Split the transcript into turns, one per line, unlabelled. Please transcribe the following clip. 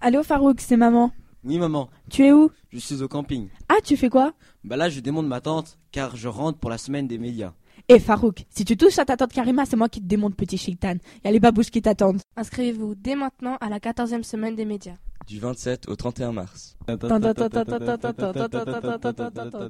Allô Farouk, c'est maman.
Oui, maman,
Tu es où
je suis au camping.
Ah, tu fais quoi
Bah là, je démonte ma tente, car je rentre pour la semaine des médias.
Eh Farouk, si tu touches à ta tante Karima, c'est moi qui te démonte, petit shaitan. Y a les babouches qui t'attendent.
Inscrivez-vous dès maintenant à la 14e semaine des médias.
du 27 au 31 mars.